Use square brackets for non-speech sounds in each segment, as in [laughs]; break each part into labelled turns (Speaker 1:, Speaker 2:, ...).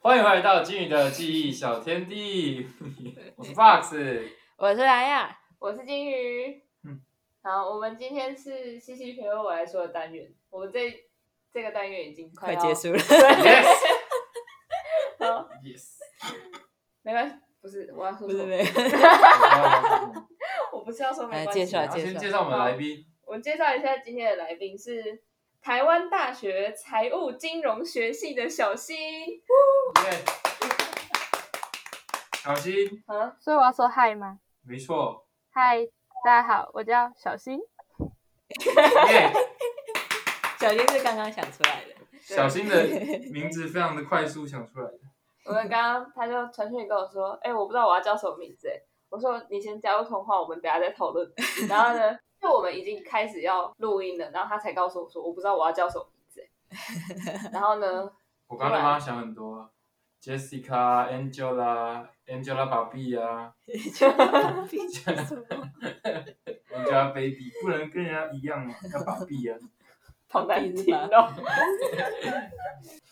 Speaker 1: 欢迎回到金鱼的记忆小天地， [laughs] 我是 Fox。
Speaker 2: 我是莱亚，
Speaker 3: 我是金鱼。
Speaker 1: 嗯，
Speaker 3: 好，我们今天是西西陪我来说的单元，我们这这个单元已经
Speaker 2: 快
Speaker 3: 要
Speaker 2: 结，束了。
Speaker 1: Yes
Speaker 3: 好
Speaker 1: Yes，
Speaker 3: 没关系，不是我要说
Speaker 2: 不
Speaker 3: 什
Speaker 2: 是
Speaker 3: 么，
Speaker 2: 没有，
Speaker 3: 我不是要说没
Speaker 2: 来
Speaker 3: 关系。
Speaker 2: 介
Speaker 3: 啊
Speaker 2: 绍
Speaker 1: 然后先介绍我们的来宾，
Speaker 3: 我介绍一下今天的来宾是台湾大学财务金融学系的小新。
Speaker 1: 耶小新，
Speaker 3: 啊，
Speaker 4: 所以我要说嗨吗？
Speaker 1: 没
Speaker 2: [laughs]
Speaker 1: 错，
Speaker 4: 嗨，大家好，我叫小新。
Speaker 1: 耶、
Speaker 2: [laughs] 小金是刚刚想出来的。
Speaker 1: 小新的名字非常的快速想出来的，
Speaker 3: 我们刚刚他就传讯跟我说，哎、我不知道我要叫什么名字、哎，我说你先加入通话，我们等一下再讨论。然后呢，就我们已经开始要录音了，然后他才告诉我说，我不知道我要叫什么名字、
Speaker 2: [laughs]
Speaker 3: 哎然后呢，
Speaker 1: 我刚刚帮他想很多啊，Jessica、Angela、Angela 爸比啊，Angela baby，不能跟人家一样啊，要爸比啊。
Speaker 3: 好难听
Speaker 2: 啊
Speaker 3: 哦。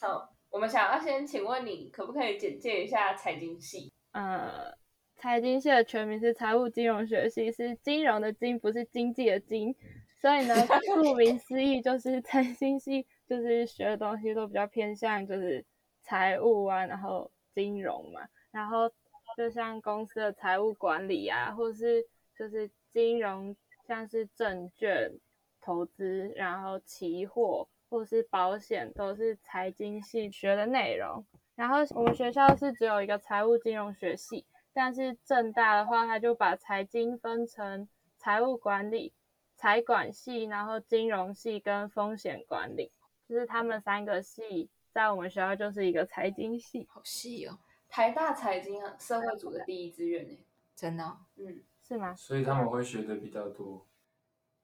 Speaker 3: 好，我们想要先请问你，可不可以简介一下财经系？
Speaker 4: 呃，财经系的全名是财务金融学系，是金融的金，不是经济的经。所以呢，顾名思义，就是财经系就是学的东西都比较偏向就是财务啊，然后金融嘛，然后就像公司的财务管理啊，或是就是金融，像是证券投资，然后期货或是保险，都是财经系学的内容。然后我们学校是只有一个财务金融学系，但是正大的话，它就把财经分成财务管理、财管系，然后金融系跟风险管理，就是他们三个系在我们学校就是一个财经系，
Speaker 2: 好细哦，
Speaker 3: 台大财经啊，社会组的第一志愿呢、
Speaker 2: 真的、哦。
Speaker 3: 嗯，
Speaker 4: 是吗？
Speaker 1: 所以他们会学的比较多。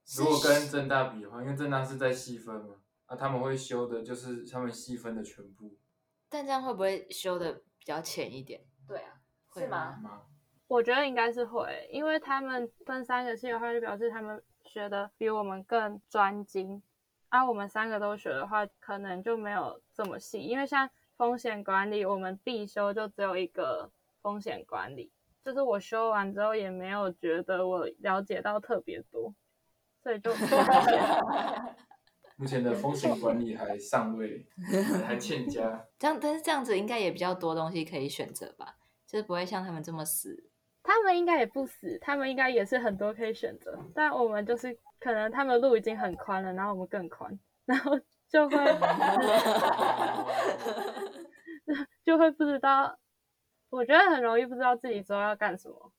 Speaker 2: 是
Speaker 1: 如果跟正大比的话，因为正大是在细分嘛，啊，他们会修的就是他们细分的全部，
Speaker 2: 但这样会不会修的比较浅一点？
Speaker 3: 对啊，
Speaker 2: 会
Speaker 3: 是吗？
Speaker 1: 吗？
Speaker 4: 我觉得应该是会，因为他们分三个系的话，就表示他们学的比我们更专精。啊，我们三个都学的话，可能就没有这么细，因为像风险管理，我们必修就只有一个风险管理，就是我修完之后也没有觉得我了解到特别多，所以就 [laughs]
Speaker 1: 目前的风险管理还尚未，还欠
Speaker 2: [laughs]
Speaker 1: 佳。
Speaker 2: 这样，但是这样子应该也比较多东西可以选择吧，就是不会像他们这么死。
Speaker 4: 他们应该也不死，他们应该也是很多可以选择，但我们就是可能他们路已经很宽了，然后我们更宽，然后就会 [laughs] 就会不知道，我觉得很容易不知道自己之后要干什么。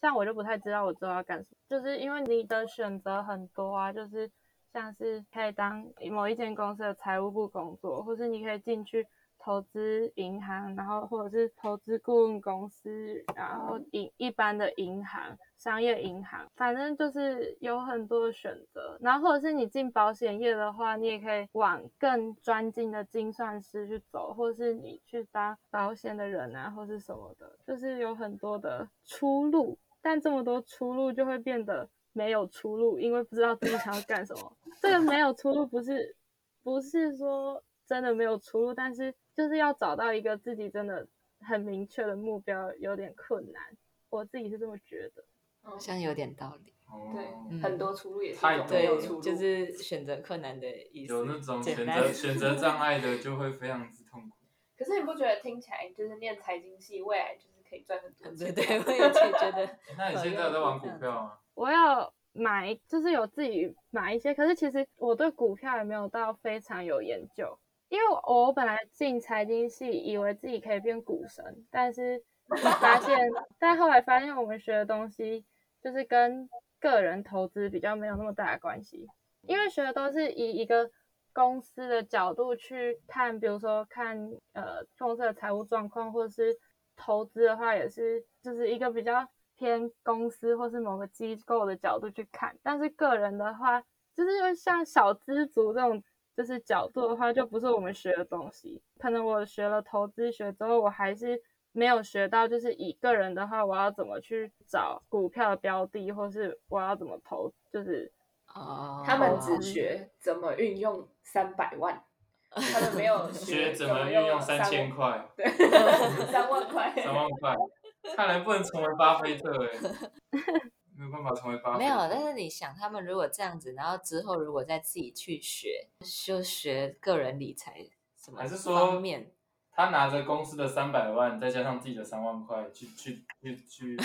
Speaker 4: 像我就不太知道我之后要干什么，就是因为你的选择很多啊，就是像是可以当某一间公司的财务部工作，或是你可以进去投资银行，然后或者是投资顾问公司，然后银一般的银行、商业银行，反正就是有很多选择。然后或者是你进保险业的话，你也可以往更专精的精算师去走，或是你去当保险的人啊，或是什么的，就是有很多的出路。但这么多出路就会变得没有出路，因为不知道自己想要干什么。这个没有出路不是不是说真的没有出路，但是就是要找到一个自己真的很明确的目标有点困难，我自己是这么觉得。
Speaker 3: 嗯
Speaker 2: 好，像有点道理。
Speaker 3: 对
Speaker 1: 哦，
Speaker 2: 嗯
Speaker 3: 很多出路也是
Speaker 1: 太
Speaker 3: 一种
Speaker 1: 多
Speaker 3: 没有
Speaker 1: 了
Speaker 3: 出路，
Speaker 2: 就是选择困难的意思。
Speaker 1: 有那种
Speaker 2: 简
Speaker 1: 选
Speaker 2: 单
Speaker 1: 择选择障碍的就会非常之痛苦。
Speaker 3: 可是你不觉得听起来就是念财经系，未来就是可以赚很多
Speaker 2: [laughs] 对
Speaker 3: 钱？
Speaker 2: 对，我也是觉得
Speaker 1: 那你现在有在玩股票吗？
Speaker 4: 我要买，就是有自己买一些，可是其实我对股票也没有到非常有研究，因为我我本来进财经系，以为自己可以变股神，但是发现，但后来发现我们学的东西就是跟个人投资比较没有那么大的关系，因为学的都是以一个公司的角度去看，比如说看呃公司的财务状况，或是投资的话，也是就是一个比较偏公司或是某个机构的角度去看。但是个人的话，就是像小资族这种就是角度的话，就不是我们学的东西。可能我学了投资学之后，我还是没有学到，就是以个人的话，我要怎么去找股票的标的，或是我要怎么投，就是
Speaker 2: 哦，
Speaker 3: 他们只
Speaker 2: [laughs]
Speaker 4: 哦
Speaker 3: 学怎么运用三百万，他们没有
Speaker 1: 学
Speaker 3: 学
Speaker 1: 怎么运用
Speaker 3: 三
Speaker 1: 三千块、
Speaker 3: 对
Speaker 2: [laughs]
Speaker 3: 三万块，
Speaker 1: 三万块，看来不能成为巴菲特哎，没有办法成为巴菲特。
Speaker 2: 没有，啊但是你想，他们如果这样子，然后之后如果再自己去学，就学个人理财什么
Speaker 1: 还是
Speaker 2: 方
Speaker 1: 说
Speaker 2: 面， [laughs]
Speaker 1: 他拿着公司的三百万，再加上自己的三万块，去去去去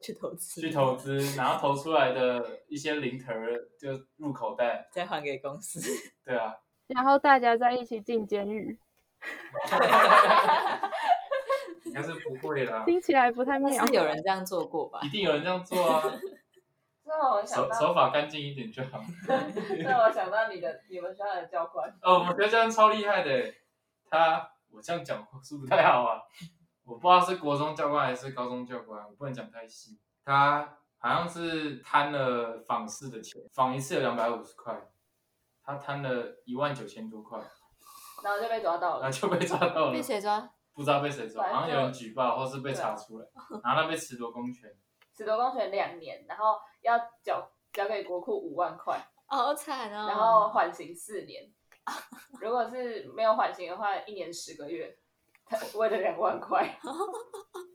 Speaker 2: 去投资，
Speaker 1: 去投资，然后投出来的一些零头儿就入口袋，
Speaker 2: 再还给
Speaker 1: [laughs]
Speaker 2: 公司。
Speaker 1: 对啊，
Speaker 4: 然后大家在一起进监狱，
Speaker 1: 应该是不会啦，
Speaker 4: 听起来不太妙
Speaker 2: 但。是有人这样做过吧
Speaker 1: 一？定有人这样做啊，
Speaker 2: [laughs]
Speaker 3: 这让我想
Speaker 1: 手
Speaker 3: 到，
Speaker 1: 手法干净一点就好。 [laughs]
Speaker 3: 这让我想到你的你们学校的教官，
Speaker 1: 哦，我觉得这样超厉害的欸，他我这样讲是不是不太好啊？我不知道是国中教官还是高中教官，我不能讲太细。他好像是贪了访视的钱，访一次有两百五十块，他贪了一万九千多块，
Speaker 3: 然后就被抓到
Speaker 1: 然
Speaker 3: 了
Speaker 1: 后。就被抓到了
Speaker 2: 被，谁抓？
Speaker 1: 不知道被谁抓，
Speaker 3: 反正
Speaker 1: 好像有人
Speaker 3: 就
Speaker 1: 举报或是被查出来，然后他被褫夺公权。
Speaker 3: 史多公权两年，然后要缴交给国库五万块，
Speaker 2: 哦好惨哦！
Speaker 3: 然后缓刑四年。如果是没有缓刑的话，一年十个月，他为了两万块。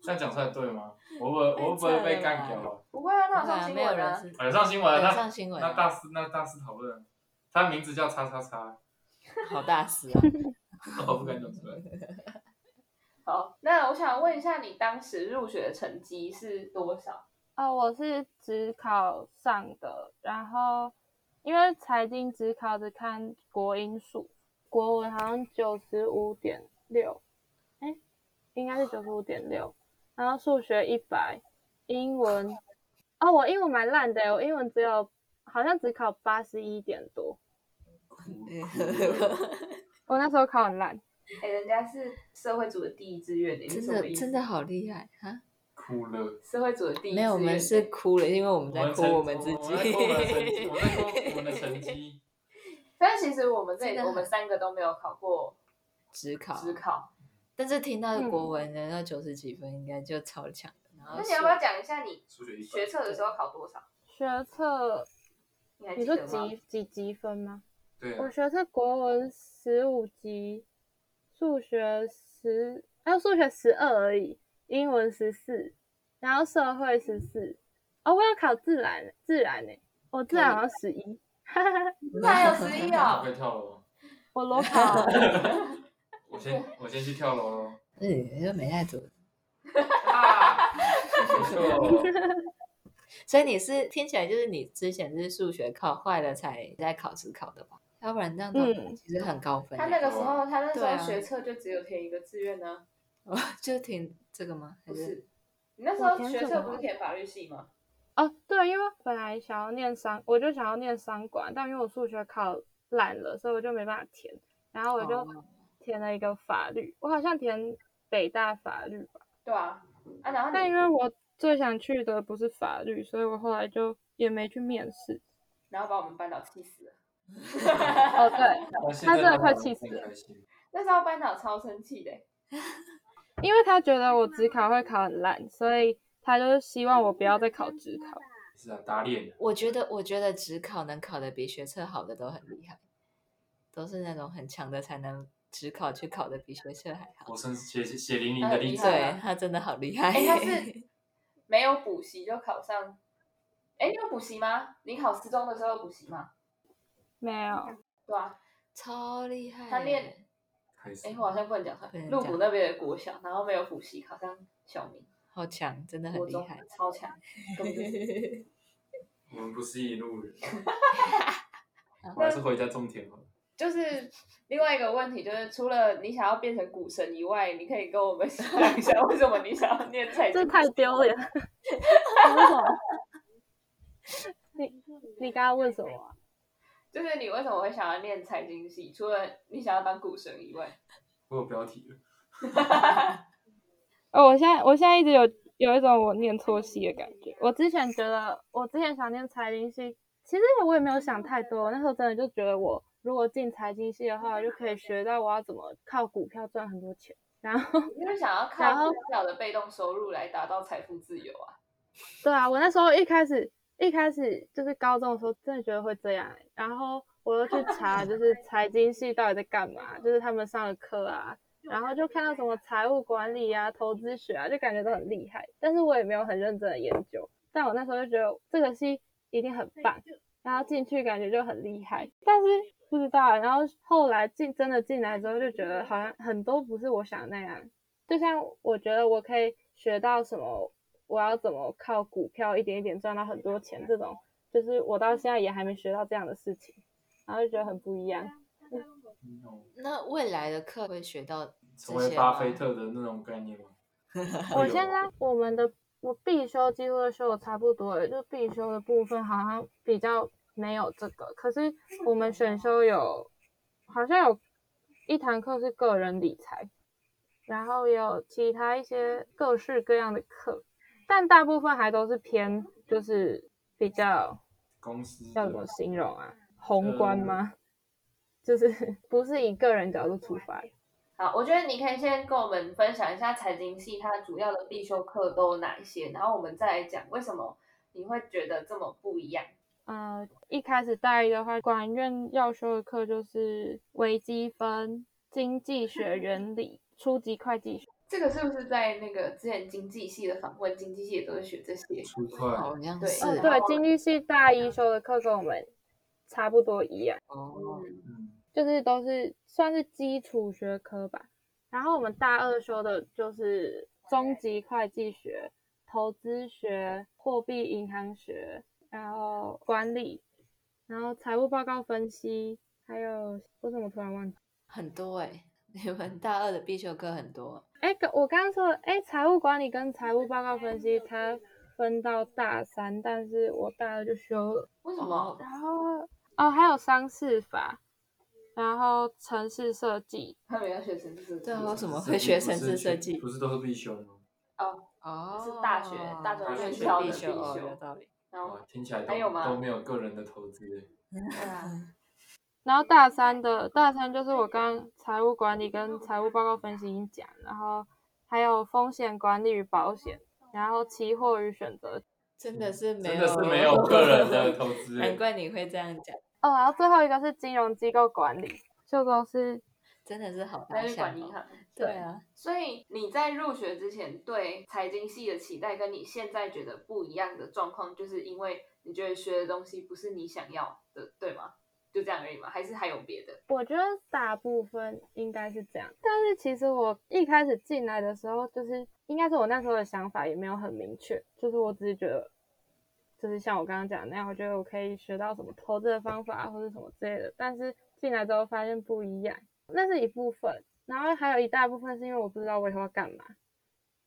Speaker 1: 这样讲出来对吗？我会我会不会被干掉啊？
Speaker 3: 不会啊，
Speaker 2: 对
Speaker 3: 那好像
Speaker 2: 啊，
Speaker 3: 新
Speaker 2: 没有
Speaker 3: 闻
Speaker 2: 人
Speaker 3: 啊，
Speaker 2: 是
Speaker 1: 有上新闻
Speaker 2: 有
Speaker 1: 了，
Speaker 2: 上
Speaker 1: 那
Speaker 2: 新闻
Speaker 1: 那
Speaker 2: 啊，
Speaker 1: 大师那大师讨论，他名字叫叉叉叉，
Speaker 2: 好大事
Speaker 1: [laughs]
Speaker 2: 啊！
Speaker 1: 我不敢讲出来。
Speaker 3: 好，那我想问一下，你当时入学的成绩是多少？
Speaker 4: 哦，我是只考上的，然后因为财经只考只看国英数，国文好像九十五点六，哎，应该是九十五点六，然后数学一百，英文，哦，我英文蛮烂的，我英文只有好像只考八十一点多，
Speaker 2: 嗯
Speaker 3: [laughs]
Speaker 4: 我那时候考很烂，
Speaker 3: 哎，人家是社会组的第一志愿，欸你是
Speaker 2: 真
Speaker 3: 什么意
Speaker 2: 的
Speaker 3: 思？
Speaker 2: 真的好厉害啊！
Speaker 1: 哭
Speaker 3: [laughs]
Speaker 1: 了。
Speaker 3: 社会组的第一志愿。
Speaker 2: 没
Speaker 3: 欸
Speaker 2: 有，我们是哭了，因为我们在哭
Speaker 1: 成
Speaker 2: 我们自
Speaker 1: 我在哭我们的成绩，
Speaker 2: 己。
Speaker 1: 我在哭我们的成绩。
Speaker 3: 但其实我们这
Speaker 2: 真的很
Speaker 3: 我们三个都没有考过
Speaker 2: [laughs] 只考，
Speaker 3: 职考。
Speaker 2: 但是听到
Speaker 4: 嗯
Speaker 2: 国文的那九十几分，应该就超强的。然后
Speaker 3: 那你要不要讲一下你
Speaker 1: [laughs] 数学一
Speaker 3: 学测的时候考多少？
Speaker 4: 学测
Speaker 3: 你还
Speaker 4: 你
Speaker 3: 记
Speaker 4: 说
Speaker 3: 得吗？
Speaker 4: 几几几分吗？
Speaker 1: 对啊
Speaker 4: 我，学测国文十五级，数学十，还有数学十二而已，英文十四，然后社会十四。哦，我有考自然，自然呢、欸我自然好像十一，
Speaker 3: 那有十一
Speaker 1: 我 [laughs]
Speaker 3: 哦。
Speaker 1: 会跳楼。
Speaker 4: 我裸考
Speaker 1: 我先我先去跳楼哦喽。
Speaker 2: 嗯，就没在读。
Speaker 1: 啊，没错，哦
Speaker 2: 所以你是听起来就是你之前是数学考坏了才在考试考的吧？要不然这样
Speaker 4: 嗯
Speaker 2: 子其实很高分
Speaker 3: 他
Speaker 2: 欸。
Speaker 3: 那个时候，他那时
Speaker 2: 对
Speaker 3: 候
Speaker 2: 啊
Speaker 3: 学测就只有填一个志愿呢，
Speaker 2: 我就听这个吗？还
Speaker 3: 不
Speaker 2: 是
Speaker 3: 是？你那时
Speaker 4: 我
Speaker 3: 候
Speaker 4: 填
Speaker 3: 学
Speaker 4: 什
Speaker 3: 测
Speaker 4: 么
Speaker 3: 不
Speaker 2: 啊
Speaker 3: 是填法律系吗？
Speaker 4: 哦，对，因为本来想要念商，我就想要念商管，但因为我数学考烂了，所以我就没办法填，然后我就
Speaker 2: 哦
Speaker 4: 填了一个法律，我好像填北大法律吧，
Speaker 3: 对啊，啊，然后
Speaker 4: 但因
Speaker 3: 你，
Speaker 4: 为我最想去的不是法律，所以我后来就也没去面试。
Speaker 3: 然后把我们班导气死了。
Speaker 4: 哦，对，
Speaker 1: 我现在
Speaker 4: 真的快气死了
Speaker 1: 开心。
Speaker 3: 那时候班导超生气的，欸
Speaker 4: 因为他觉得我职考会考很烂，所以他就是希望我不要再考职考。
Speaker 1: 是啊，打脸。
Speaker 2: 我觉得，我觉得职考能考的比学测好的都很厉害，都是那种很强的才能职考去考的比学测还好。
Speaker 1: 我生血血淋淋的例子
Speaker 3: 哎。厉害
Speaker 2: 对他真的好厉害，
Speaker 3: 哎，他是没有补习就考上，哎，你有补习吗？你考四中的时候有补习吗？
Speaker 4: 没有，
Speaker 3: 对啊，
Speaker 2: [laughs] 超厉害。欸
Speaker 3: 他练
Speaker 1: 开始
Speaker 3: 哎，我好像不能讲出来
Speaker 2: 不能，
Speaker 3: 鹿
Speaker 2: 讲
Speaker 3: 谷那边的国小，然后没有补习考上小明，
Speaker 2: 好强，真的很
Speaker 3: 国
Speaker 2: 厉
Speaker 3: 中
Speaker 2: 害。 [laughs]
Speaker 3: 超强，根本就是
Speaker 1: 我们不是一路
Speaker 3: [laughs]
Speaker 1: 人。我还是回家种田好了。
Speaker 3: 就是另外一个问题，就是除了你想要变成股神以外，你可以跟我们讲一
Speaker 2: [laughs]
Speaker 3: 下为什么你想要念财
Speaker 4: 这
Speaker 3: 经？
Speaker 4: 太丢脸了。你为什么？你你刚刚问什么啊、
Speaker 3: 就是你为什么会想要念财经系？除了你想要当股神以外，
Speaker 1: 我有标题了。
Speaker 4: 哦，我现在我现在一直有有一种我念错戏的感觉。我之前觉得，我之前想念财经系，其实我也没有想太多。那时候真的就觉得我如果进财经系的话，我就可以学到我要怎么靠股票赚很多钱。然后
Speaker 3: 你就是想要靠
Speaker 4: 然后
Speaker 3: 股票的被动收入来达到财富自由啊？
Speaker 4: 对啊，我那时候一开始一开始就是高中的时候，真的觉得会这样欸、然后我又去查，就是财经系到底在干嘛，就是他们上的课啊，然后就看到什么财务管理啊、投资学啊，就感觉都很厉害，但是我也没有很认真的研究。但我那时候就觉得这个系一定很棒，然后进去感觉就很厉害，但是不知道啊。然后后来进真的进来之后，就觉得好像很多不是我想的那样。就像我觉得我可以学到什么，我要怎么靠股票一点一点赚到很多钱，这种就是我到现在也还没学到这样的事情，然后就觉得很不一样。
Speaker 1: 那种
Speaker 2: 那未来的课会学到
Speaker 1: 成
Speaker 2: 这
Speaker 1: 为
Speaker 2: 些
Speaker 1: 巴
Speaker 2: 吗
Speaker 1: 菲特的那种概念
Speaker 3: [laughs]
Speaker 1: 吗？哎
Speaker 4: 我现在我们的我必修几乎都修的差不多了，就必修的部分好像比较没有这个，可是我们选修有好像有一堂课是个人理财，然后也有其他一些各式各样的课，但大部分还都是偏就是比较
Speaker 1: 公司
Speaker 4: 要怎么形容啊，宏观吗？ [laughs] 就是不是以个人角度出发的，
Speaker 3: 好，我觉得你可以先跟我们分享一下财经系它主要的必修课都有哪一些，然后我们再来讲为什么你会觉得这么不一样。
Speaker 4: 呃，一开始大一的话，管院要修的课就是微积分、经济学原理、初级会计学。
Speaker 3: 这个是不是在那个之前经济系的访问，经济系也都是学这些？
Speaker 1: 出块
Speaker 2: 好像
Speaker 3: 对
Speaker 2: 是
Speaker 4: 哦，
Speaker 2: 啊
Speaker 4: 对，经济系大一修的课跟我们差不多一样，
Speaker 2: 哦，
Speaker 1: 嗯，
Speaker 4: 就是都是算是基础学科吧。然后我们大二修的就是中级会计学、投资学、货币银行学，然后管理，然后财务报告分析，还有为什么突然忘记？
Speaker 2: 很多哎、你们大二的必修课很多，
Speaker 4: 哎，跟我刚刚说的，哎，财务管理跟财务报告分析，它分到大三，但是我大二就修了。
Speaker 3: 为什么？
Speaker 4: 然后哦，还有商事法，然后城市设计，
Speaker 3: 他们要学城市设计？
Speaker 2: 对啊为什么
Speaker 1: 设
Speaker 2: 会
Speaker 1: 计
Speaker 2: 学
Speaker 1: 不
Speaker 2: 城
Speaker 1: 是
Speaker 2: 市设
Speaker 1: 去
Speaker 2: 计
Speaker 1: 不是都是必修吗？
Speaker 2: 哦，
Speaker 3: 是大学大专
Speaker 1: 院
Speaker 2: 学
Speaker 1: 校的
Speaker 2: 必
Speaker 1: 必
Speaker 2: 修，哦，
Speaker 3: 修
Speaker 2: 有道理。
Speaker 3: 然后
Speaker 1: 哇，听起来
Speaker 3: 还有
Speaker 1: 都
Speaker 3: 吗
Speaker 1: 都没有个人的投资耶，
Speaker 3: 对 [laughs]
Speaker 2: 嗯
Speaker 3: 啊，
Speaker 4: 然后大三的大三就是我刚刚财务管理跟财务报告分析已经讲，然后还有风险管理与保险，然后期货与选择
Speaker 2: 真的是没有，
Speaker 1: 真的是没有个人
Speaker 2: [laughs]
Speaker 3: [laughs]
Speaker 1: 的投资耶
Speaker 2: 难怪你会这样讲，
Speaker 4: 哦，然后最后一个是金融机构管理，就都是
Speaker 2: 真的是好
Speaker 3: 他
Speaker 2: 大
Speaker 3: 去管
Speaker 2: 项
Speaker 3: 银
Speaker 2: 哦。
Speaker 3: 行。
Speaker 2: 对啊，
Speaker 3: 所以你在入学之前对财经系的期待，跟你现在觉得不一样的状况，就是因为你觉得学的东西不是你想要的，对吗？就这样而已吗？还是还有别的？
Speaker 4: 我觉得大部分应该是这样，但是其实我一开始进来的时候，就是应该是我那时候的想法也没有很明确，就是我只是觉得，就是像我刚刚讲的那样，我觉得我可以学到什么投资的方法或者什么之类的，但是进来之后发现不一样，那是一部分，然后还有一大部分是因为我不知道我以后要干嘛，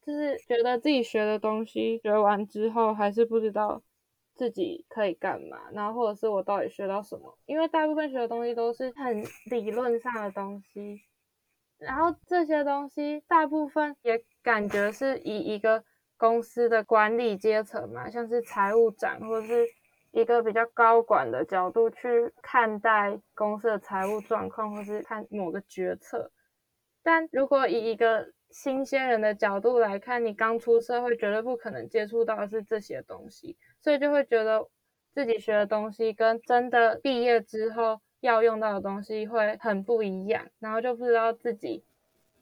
Speaker 4: 就是觉得自己学的东西学完之后还是不知道自己可以干嘛，然后或者是我到底学到什么，因为大部分学的东西都是很理论上的东西，然后这些东西大部分也感觉是以一个公司的管理阶层嘛，像是财务长或者是一个比较高管的角度去看待公司的财务状况，或是看某个决策。但如果以一个新鲜人的角度来看，你刚出社会绝对不可能接触到的是这些东西，所以就会觉得自己学的东西跟真的毕业之后要用到的东西会很不一样，然后就不知道自己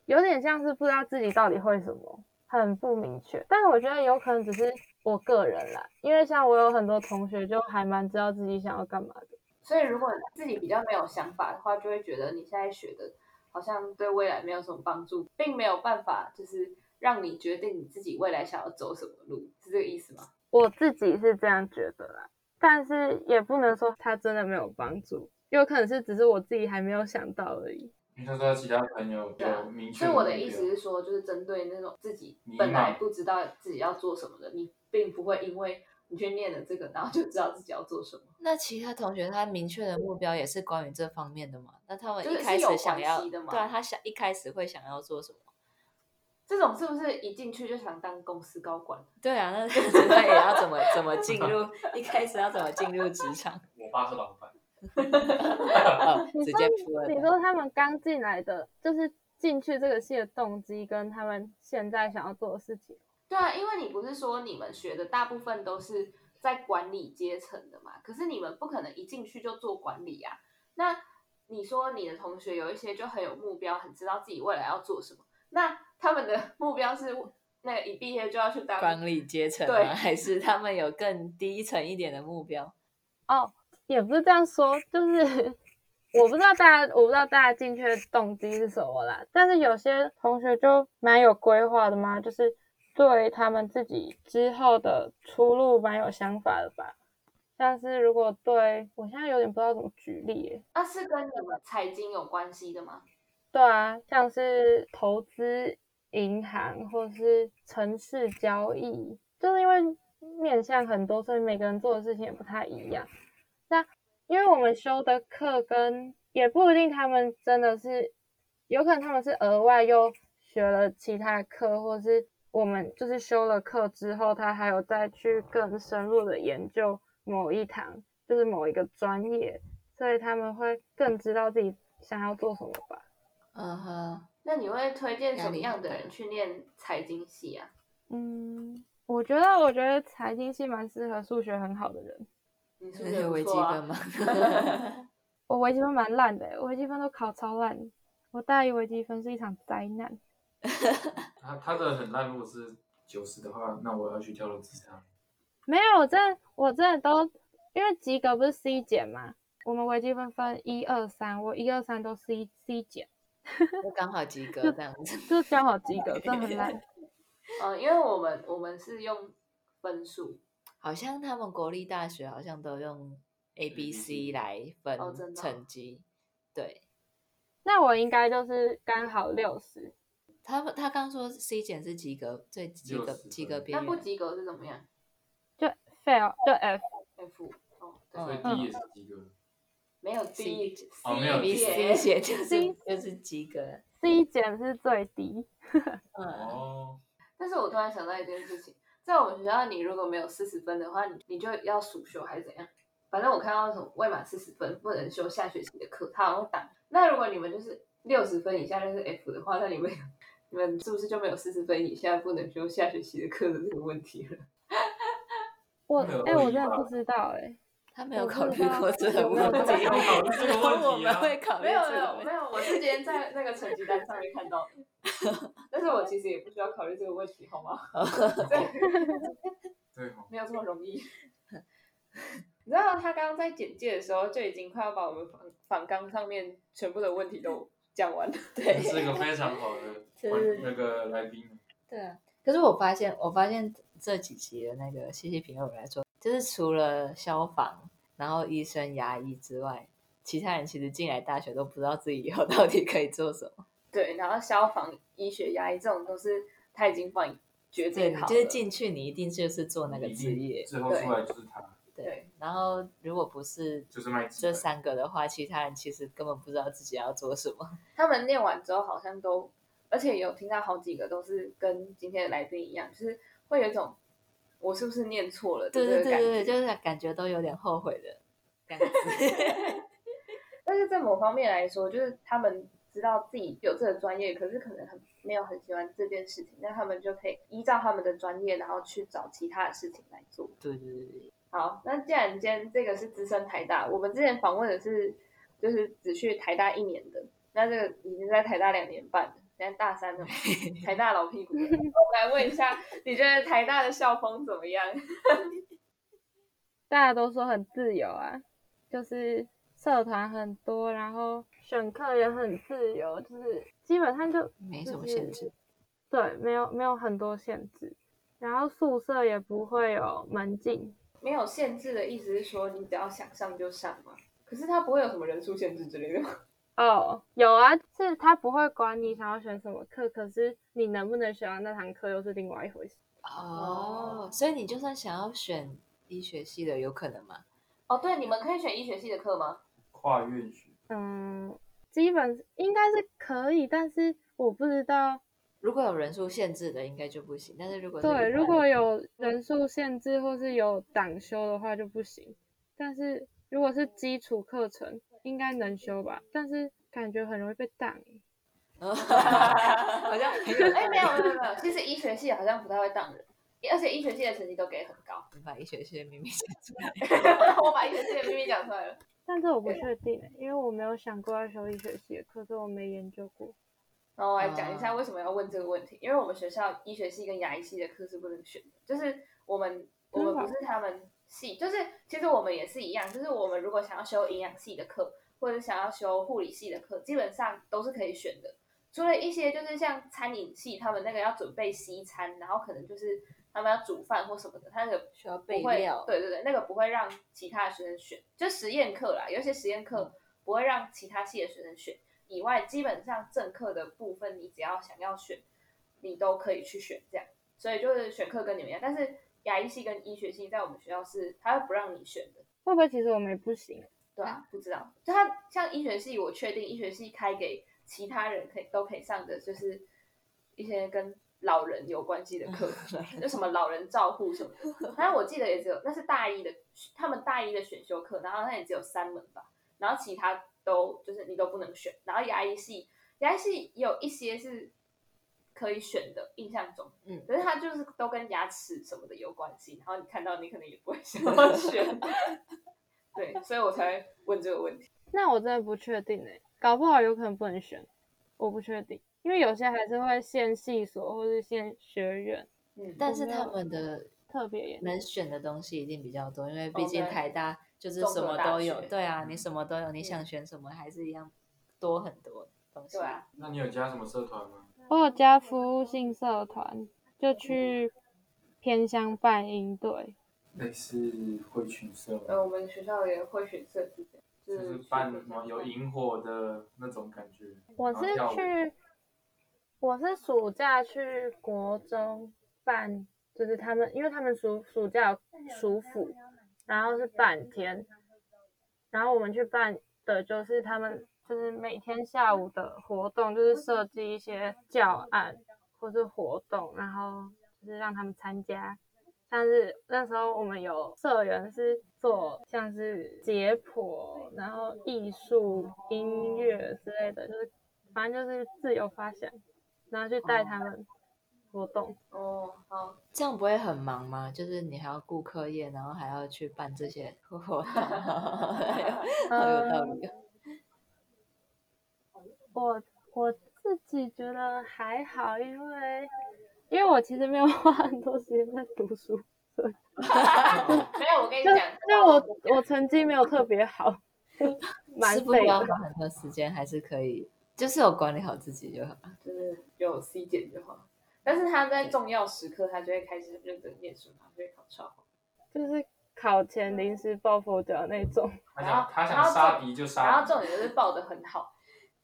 Speaker 4: 有点像是不知道自己到底会什么，很不明确。但是我觉得有可能只是我个人啦，因为像我有很多同学就还蛮知道自己想要干嘛的。
Speaker 3: 所以如果自己比较没有想法的话，就会觉得你现在学的好像对未来没有什么帮助，并没有办法就是让你决定你自己未来想要走什么路，是这个意思吗？
Speaker 4: 我自己是这样觉得啦，但是也不能说它真的没有帮助，有可能是只是我自己还没有想到而已。
Speaker 1: 你看到其他朋友
Speaker 3: 对啊
Speaker 1: 有明确
Speaker 3: 所以
Speaker 1: 目
Speaker 3: 我的
Speaker 1: 标
Speaker 3: 意思是说，就是针对那种自己
Speaker 1: 迷
Speaker 3: 本来
Speaker 1: 茫
Speaker 3: 不知道自己要做什么的，你并不会因为你去念了这个，然后就知道自己要做什么。
Speaker 2: 那其他同学他明确的目标也是关于这方面的嘛？那他们
Speaker 3: 就
Speaker 2: 一
Speaker 3: 是
Speaker 2: 开
Speaker 3: 是有
Speaker 2: 始想
Speaker 3: 关
Speaker 2: 要，
Speaker 3: 系的嘛
Speaker 2: 对啊，他想一开始会想要做什么？
Speaker 3: 这种是不是一进去就想当公司高管？
Speaker 2: 对啊， [laughs] 那他也要
Speaker 3: [laughs]
Speaker 2: 怎么怎么进入？一开始要怎么进入职场？
Speaker 1: 我爸是老板，
Speaker 2: 哦，
Speaker 4: 你
Speaker 2: 直
Speaker 4: 说
Speaker 2: 接出了
Speaker 4: 你说他们刚进来的，就是进去这个系的动机，跟他们现在想要做的事情，
Speaker 3: 对啊，因为你不是说你们学的大部分都是在管理阶层的嘛？可是你们不可能一进去就做管理啊，那你说你的同学有一些就很有目标，很知道自己未来要做什么，那他们的目标是那个一毕业就要去当
Speaker 2: 管理阶层
Speaker 3: 对
Speaker 2: 吗？还是他们有更低层一点的目标？
Speaker 4: 哦，也不是这样说，就是 [laughs] 我不知道大家，我不知道大家进去的动机是什么啦。但是有些同学就蛮有规划的嘛，就是对他们自己之后的出路蛮有想法的吧。像是如果对我现在有点不知道怎么举例耶，
Speaker 3: 那、啊是跟你们财经有关系的吗？
Speaker 4: 对啊，像是投资银行或是城市交易，就是因为面向很多，所以每个人做的事情也不太一样。那因为我们修的课跟也不一定，他们真的是有可能他们是额外又学了其他的课，或是我们就是修了课之后，他还有再去更深入的研究某一堂，就是某一个专业，所以他们会更知道自己想要做什么吧。
Speaker 2: 嗯哼，
Speaker 3: 那你会推荐什
Speaker 2: 压
Speaker 3: 么
Speaker 2: 力
Speaker 3: 样
Speaker 2: 很
Speaker 3: 的
Speaker 2: 大
Speaker 3: 人去念财经系啊？
Speaker 4: 嗯，我觉得，我觉得财经系蛮适合数学很好的人。
Speaker 3: 你数
Speaker 2: 那
Speaker 3: 学
Speaker 2: 是
Speaker 3: 不
Speaker 2: 微积
Speaker 3: 错
Speaker 2: 分
Speaker 3: 啊。 [laughs]
Speaker 2: 吗？
Speaker 4: 我微积分蛮烂的欸，我微积分都考超烂。我大一微积分是一场灾难。
Speaker 1: 他他的很烂，如果是九十的话，那我要去跳楼自杀。
Speaker 4: 没有，我真的，我真的都，因为及格不是 C 减嘛，我们微积分分一二三，我一二三都 C C 减，
Speaker 2: 就刚好及格这样子。 [laughs]
Speaker 4: 就刚好及格，真的
Speaker 1: [laughs]
Speaker 4: 很烂。
Speaker 3: 嗯，因为我们我们是用分数，
Speaker 2: 好像他们国立大学好像都用 A、B、C 来
Speaker 3: 哦
Speaker 2: 分
Speaker 3: 真的哦
Speaker 2: 成绩，对。
Speaker 4: 那我应该就是刚好六十，
Speaker 2: 他们他刚说 C 减是及格，最及格
Speaker 1: 60
Speaker 2: 及格
Speaker 1: 分
Speaker 2: 边
Speaker 3: 那不
Speaker 2: 缘，
Speaker 3: 及格是怎么样
Speaker 4: 就 fail 就 F，
Speaker 3: ？F 哦，对，
Speaker 1: 所以
Speaker 2: 嗯
Speaker 1: D 也是及格。
Speaker 3: 没有
Speaker 2: C-
Speaker 3: D，
Speaker 1: 哦没有
Speaker 2: A、B、C
Speaker 3: 减
Speaker 2: 写就是
Speaker 4: C
Speaker 2: 就是及格，
Speaker 4: C 减是最低。
Speaker 2: 嗯，
Speaker 1: [laughs] 哦，
Speaker 3: 但是我突然想到一件事情，在我们学校，你如果没有四十分的话，你你就要暑修还是怎样？反正我看到什么未满四十分不能修下学期的课，他好像打。那如果你们就是六十分以下就是 F 的话，那你们你们是不是就没有四十分以下不能修下学期的课的这个问题了？
Speaker 4: 我
Speaker 1: 没有
Speaker 4: 哎、我
Speaker 1: 问题
Speaker 4: 真的
Speaker 1: 吧
Speaker 4: 不知道哎、
Speaker 2: 他没有
Speaker 4: 我不
Speaker 2: 考虑
Speaker 4: 知道
Speaker 2: 过这个
Speaker 4: 有没有
Speaker 2: 问
Speaker 4: 这
Speaker 2: 题
Speaker 4: 么，
Speaker 1: 想考虑这个问题啊
Speaker 2: [laughs] 我们会考虑
Speaker 3: [laughs] 没有
Speaker 2: 这
Speaker 3: 没
Speaker 2: 个
Speaker 3: 有
Speaker 2: 问
Speaker 3: 没
Speaker 2: 题。
Speaker 3: 有，我是今天在那个成绩单上面看到的， [laughs] 但是我其实也不需要考虑这个问题，好吗？
Speaker 1: 对哦，
Speaker 3: 没有这么容易。 [laughs] 你知道他刚刚在简介的时候就已经快要把我们访访纲上面全部的问题都讲完了。 [laughs]
Speaker 1: 你
Speaker 2: 对，
Speaker 1: 是一个非常好的
Speaker 2: [laughs] 就是
Speaker 1: 那个来宾。
Speaker 2: 对啊，可是我发现，我发现这几集的那个西西评论来说，就是除了消防，然后医生、牙医之外，其他人其实进来大学都不知道自己以后到底可以做什么。
Speaker 3: 对，然后消防、医学、牙医这种都是他已经帮你
Speaker 2: 对，
Speaker 3: 决定
Speaker 2: 你
Speaker 3: 好了，
Speaker 2: 就是进去，你一定就是做那个
Speaker 1: 一
Speaker 2: 职
Speaker 1: 定
Speaker 2: 业。
Speaker 1: 最后出来就是他，
Speaker 2: 对，然后如果不是
Speaker 1: 就是卖鸡
Speaker 2: 这
Speaker 1: 蛋。
Speaker 2: 三个的话，其他人其实根本不知道自己要做什么。
Speaker 3: 他们念完之后好像都，而且有听到好几个都是跟今天的来宾一样，就是会有一种我是不是念错了的
Speaker 2: 对对
Speaker 3: 这个
Speaker 2: 对
Speaker 3: 感觉。
Speaker 2: 对，就是感觉都有点后悔的感觉。
Speaker 3: 但是在某方面来说，就是他们知道自己有这个专业，可是可能很没有很喜欢这件事情，那他们就可以依照他们的专业，然后去找其他的事情来做。
Speaker 2: 对对对对，
Speaker 3: 好，那既然今天这个是资深台大，我们之前访问的是就是只去台大一年的，那这个已经在台大两年半了，现在大三了嘛，台大老屁股了。我们来问一下，你觉得台大的校风怎么样？
Speaker 4: 大家都说很自由啊，就是社团很多，然后选课也很自由，就是基本上就
Speaker 2: 没什么限制。
Speaker 4: 对，没有没有很多限制，然后宿舍也不会有门禁，
Speaker 3: 没有限制的意思是说，你只要想上就上嘛。可是它不会有什么人数限制之类的吗。
Speaker 4: 哦，有啊，是他不会管你想要选什么课，可是你能不能选到那堂课又是另外一回事。
Speaker 2: 哦，所以你就算想要选医学系的，有可能吗？
Speaker 3: 哦，对，你们可以选医学系的课吗？
Speaker 1: 跨院学，
Speaker 4: 嗯，基本应该是可以，但是我不知道，
Speaker 2: 如果有人数限制的，应该就不行。但是如果是一
Speaker 4: 对，
Speaker 2: 般
Speaker 4: 如果有人数限制或是有党修的话就不行，但是如果是基础课程应该能修吧，但是感觉很容易被挡。欸
Speaker 2: 好像很有 [laughs]
Speaker 3: 哎、没有没有没有，其实医学系好像不太会当人，而且医学系的成绩都给很高。
Speaker 2: 你把医学系的秘密讲出来。
Speaker 3: [laughs] 我把医学系的秘密讲出来了。
Speaker 4: 但是我不确定欸，因为我没有想过要修医学系，可是我没研究过。
Speaker 3: 然后我来讲一下为什么要问这个问题，因为我们学校医学系跟牙医系的课是不能选的，就是我们我们不是他们系，就是其实我们也是一样，就是我们如果想要修营养系的课，或者想要修护理系的课，基本上都是可以选的，除了一些就是像餐饮系，他们那个要准备西餐，然后可能就是他们要煮饭或什么的，他那个
Speaker 2: 需要备
Speaker 3: 不会
Speaker 2: 料，
Speaker 3: 对对对，那个不会让其他的学生选，就实验课啦，有一些实验
Speaker 2: 嗯
Speaker 3: 课不会让其他系的学生选。以外，基本上正课的部分，你只要想要选，你都可以去选这样。所以就是选课跟你们一样，但是牙医系跟医学系在我们学校是他不让你选的，
Speaker 4: 会不会其实我们也不行？
Speaker 3: 对啊，不知道。就他像医学系，我确定医学系开给其他人可以都可以上的，就是一些跟老人有关系的课，就什么 [laughs] 老人照护什么 [laughs] 的。反正我记得也只有那是大一的，他们大一的选修课，然后那也只有三门吧，然后其他都就是你都不能选。然后牙医系，牙医系也有一些是可以选的，印象中，
Speaker 2: 嗯
Speaker 3: 可是它就是都跟牙齿什么的有关系，然后你看到你可能也不会想 [laughs] 要选。对，所以我才问这个问题。
Speaker 4: 那我真的不确定哎、搞不好有可能不能选，我不确定，因为有些还是会限系所或是限学院
Speaker 3: 嗯，
Speaker 2: 但是
Speaker 4: 没
Speaker 2: 他
Speaker 4: 有
Speaker 2: 们的
Speaker 4: 特别严。
Speaker 2: 能选的东西一定比较多，因为毕
Speaker 3: 哦
Speaker 2: 竟
Speaker 3: 对
Speaker 2: 台大就是
Speaker 3: 综
Speaker 2: 什
Speaker 3: 合
Speaker 2: 么
Speaker 3: 大
Speaker 2: 都有，
Speaker 3: 学嗯
Speaker 2: 对啊，你什么都有，你想选什么还是一样多很多东西。
Speaker 3: 对啊，
Speaker 1: 那你有加什么社团吗？
Speaker 4: 我有加服务性社团，就去偏乡办营队，
Speaker 1: 类似会群社吗，
Speaker 2: 哦
Speaker 3: 呃，我们学校也会选设计的，就
Speaker 1: 就是
Speaker 3: 是
Speaker 1: 办
Speaker 3: 学
Speaker 1: 什
Speaker 3: 生
Speaker 1: 么有
Speaker 3: 会
Speaker 1: 萤火的那种感觉。
Speaker 4: 我
Speaker 1: 然后
Speaker 4: 是
Speaker 1: 跳舞
Speaker 4: 去，我是暑假去国中办，就是他们，因为他们暑暑假有暑辅，然后是半天，然后我们去办的就是他们就是每天下午的活动，就是设计一些教案或是活动，然后就是让他们参加。像是那时候我们有社员是做像是解剖，然后艺术、音乐之类的，就是反正就是自由发想，然后去
Speaker 2: 哦
Speaker 4: 带他们活动。
Speaker 3: 哦，
Speaker 4: [laughs]
Speaker 3: 好，
Speaker 2: 这样不会很忙吗？就是你还要顾课业，然后还要去办这些活动，
Speaker 3: [laughs]
Speaker 2: 好
Speaker 4: 呃
Speaker 2: 有道
Speaker 3: 嗯
Speaker 2: 理哦。
Speaker 4: 我我自己觉得还好，因为因为我其实没有花很多时间在读书，
Speaker 3: 没有，我跟你
Speaker 4: 就
Speaker 3: 讲，
Speaker 4: 就我我成绩没有特别好，就蛮
Speaker 2: 是不
Speaker 4: 废
Speaker 2: 要
Speaker 4: 的。
Speaker 2: 花很多时间，还是可以，就是有管理好自己就好。
Speaker 3: 就是有 C 点就好。但是他在重要时刻，他就会开始认真念书，然后就会考超好。
Speaker 4: 就是考前临时抱佛脚那种。
Speaker 1: 他
Speaker 3: 然
Speaker 1: 想
Speaker 3: 后
Speaker 1: 他
Speaker 3: 然
Speaker 1: 想
Speaker 3: 后
Speaker 1: 杀
Speaker 3: 重
Speaker 1: 敌就
Speaker 3: 然
Speaker 1: 杀
Speaker 3: 后
Speaker 1: 敌，
Speaker 3: 重点就是报的很
Speaker 4: [laughs]
Speaker 3: 好，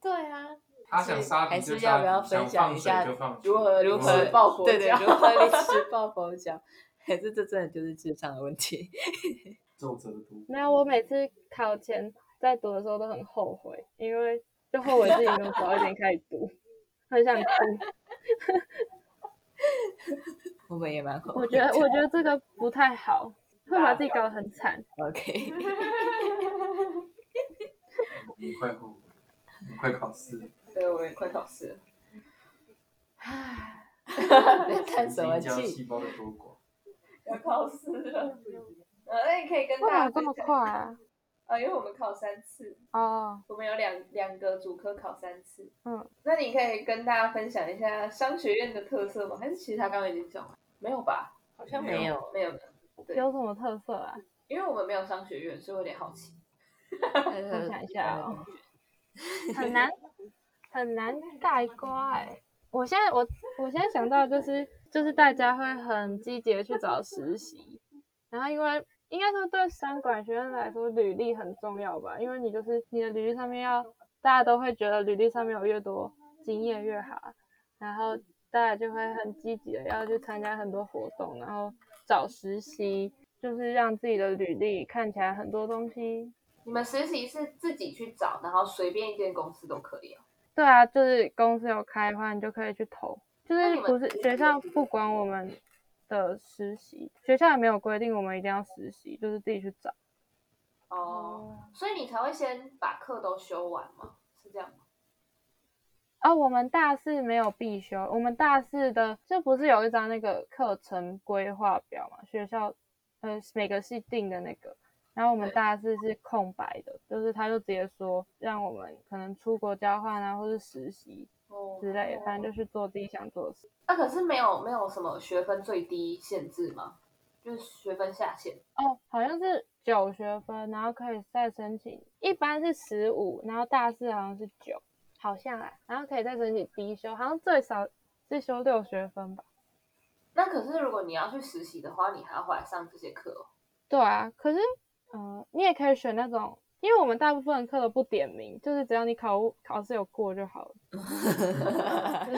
Speaker 2: 对啊，
Speaker 1: 他想杀
Speaker 2: 还
Speaker 1: 敌
Speaker 2: 是
Speaker 1: 就
Speaker 2: 要
Speaker 1: 杀
Speaker 2: 不要
Speaker 1: 敌，想
Speaker 2: 分享
Speaker 1: 放
Speaker 2: 一
Speaker 1: 水
Speaker 2: 下
Speaker 1: 就放水。
Speaker 3: 如何如
Speaker 1: 如
Speaker 3: 何
Speaker 1: 何
Speaker 3: 报国
Speaker 2: 对对，
Speaker 3: 家
Speaker 2: 如何临
Speaker 3: [laughs]
Speaker 2: 时抱佛脚， [laughs] 还是这真的就是智商的问题。 [laughs]
Speaker 1: 奏折读，
Speaker 4: 没有，我每次考前在读的时候都很后悔，因为就后悔自己没有早一点开始读，很想哭。
Speaker 2: 我们也蛮好，
Speaker 4: 我觉得我觉得这个不太好，会把自己搞得很惨。
Speaker 2: OK，
Speaker 1: 你快后悔，你快考试了，
Speaker 3: 对，我也快考试了。
Speaker 2: [laughs] 在叹什么
Speaker 1: 神经胶
Speaker 2: 气？
Speaker 1: 细胞的多寡。
Speaker 3: 要考试
Speaker 4: [laughs]
Speaker 3: 了，呃，那你可以跟
Speaker 4: 为什
Speaker 3: 大家
Speaker 4: 么这
Speaker 3: 分
Speaker 4: 么
Speaker 3: 享
Speaker 4: 快啊？
Speaker 3: 啊，因为我们考三次，
Speaker 4: 哦，
Speaker 3: 我们有两两个主科考三次。
Speaker 4: 嗯，
Speaker 3: 那你可以跟大家分享一下商学院的特色吗？还是其实他刚刚已经讲了？没有吧？
Speaker 2: 好像
Speaker 1: 没有
Speaker 2: 没有，
Speaker 3: 没有，没有对
Speaker 4: 有什么特色啊？
Speaker 3: 因为我们没有商学院，所以我有点好奇。
Speaker 2: 我
Speaker 4: 想一下哦很难很难概括哎。我现在我我现在想到就是就是大家会很积极的去找实习，然后因为应该说对商管学院来说，履历很重要吧，因为你就是你的履历上面要，大家都会觉得履历上面有越多经验越好啊，然后大家就会很积极的要去参加很多活动，然后找实习，就是让自己的履历看起来很多东西
Speaker 3: 你们实习是自己去找，然后随便一间公司都可以哦。
Speaker 4: 对啊，就是公司有开的话，你就可以去投。就
Speaker 3: 那
Speaker 4: 是
Speaker 3: 你们
Speaker 4: 不是学校不管我们的实习，学校也没有规定我们一定要实习，就是自己去找。
Speaker 3: 哦哦，所以你才会先把课都修完吗？是这样吗？
Speaker 4: 哦，我们大四没有必修，我们大四的这不是有一张那个课程规划表嘛？学校呃每个系定的那个，然后我们
Speaker 2: 对
Speaker 4: 大四是空白的，就是他就直接说让我们可能出国交换啊，或是实习
Speaker 3: 哦
Speaker 4: 之类的，反正就去做自己想做的事。
Speaker 3: 那、可是没有没有什么学分最低限制吗？就是学分下限。
Speaker 4: 哦，好像是九学分，然后可以再申请，一般是十五，然后大四好像是九，好像啊，然后可以再申请低修，好像最少是修六学分吧。
Speaker 3: 那可是如果你要去实习的话，你还要回来上这些课、哦。
Speaker 4: 对啊，可是，呃，你也可以选那种，因为我们大部分课都不点名，就是只要你考务考试有过就好了。
Speaker 3: 就是 [laughs]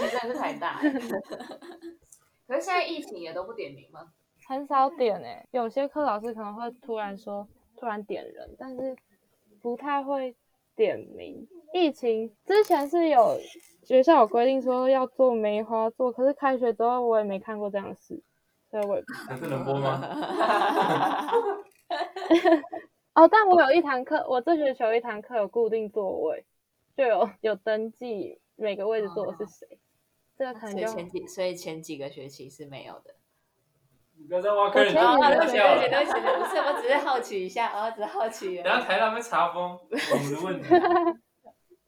Speaker 3: 真的是台大欸。 [laughs] 可是现在疫情也都不点名吗？
Speaker 4: 很少点诶、有些课老师可能会突然说突然点人，但是不太会点名。疫情之前是有学校有规定说要做梅花座，可是开学之后我也没看过这样的事，所以我也不
Speaker 1: 这是能播吗？
Speaker 4: 哦，但我有一堂课，我这学期有一堂课有固定座位，就有有登记每个位置坐的是谁，这个可能
Speaker 2: 所以
Speaker 4: 就
Speaker 2: 前几所以前几个学期是没有 [laughs]
Speaker 1: [laughs]
Speaker 2: 的。哦
Speaker 1: 你不要再挖坑人
Speaker 4: 我
Speaker 1: 家
Speaker 4: 前
Speaker 1: 的
Speaker 4: 几
Speaker 2: 对
Speaker 4: 个
Speaker 2: 不
Speaker 1: 玩
Speaker 2: 起，
Speaker 4: 学
Speaker 1: 笑了。
Speaker 2: 对不起，对不起，不是，我只是好奇一下，哦我只是好奇
Speaker 1: 等一下
Speaker 2: 而已。
Speaker 1: 台大会查封我们的问
Speaker 4: [laughs]
Speaker 1: 题，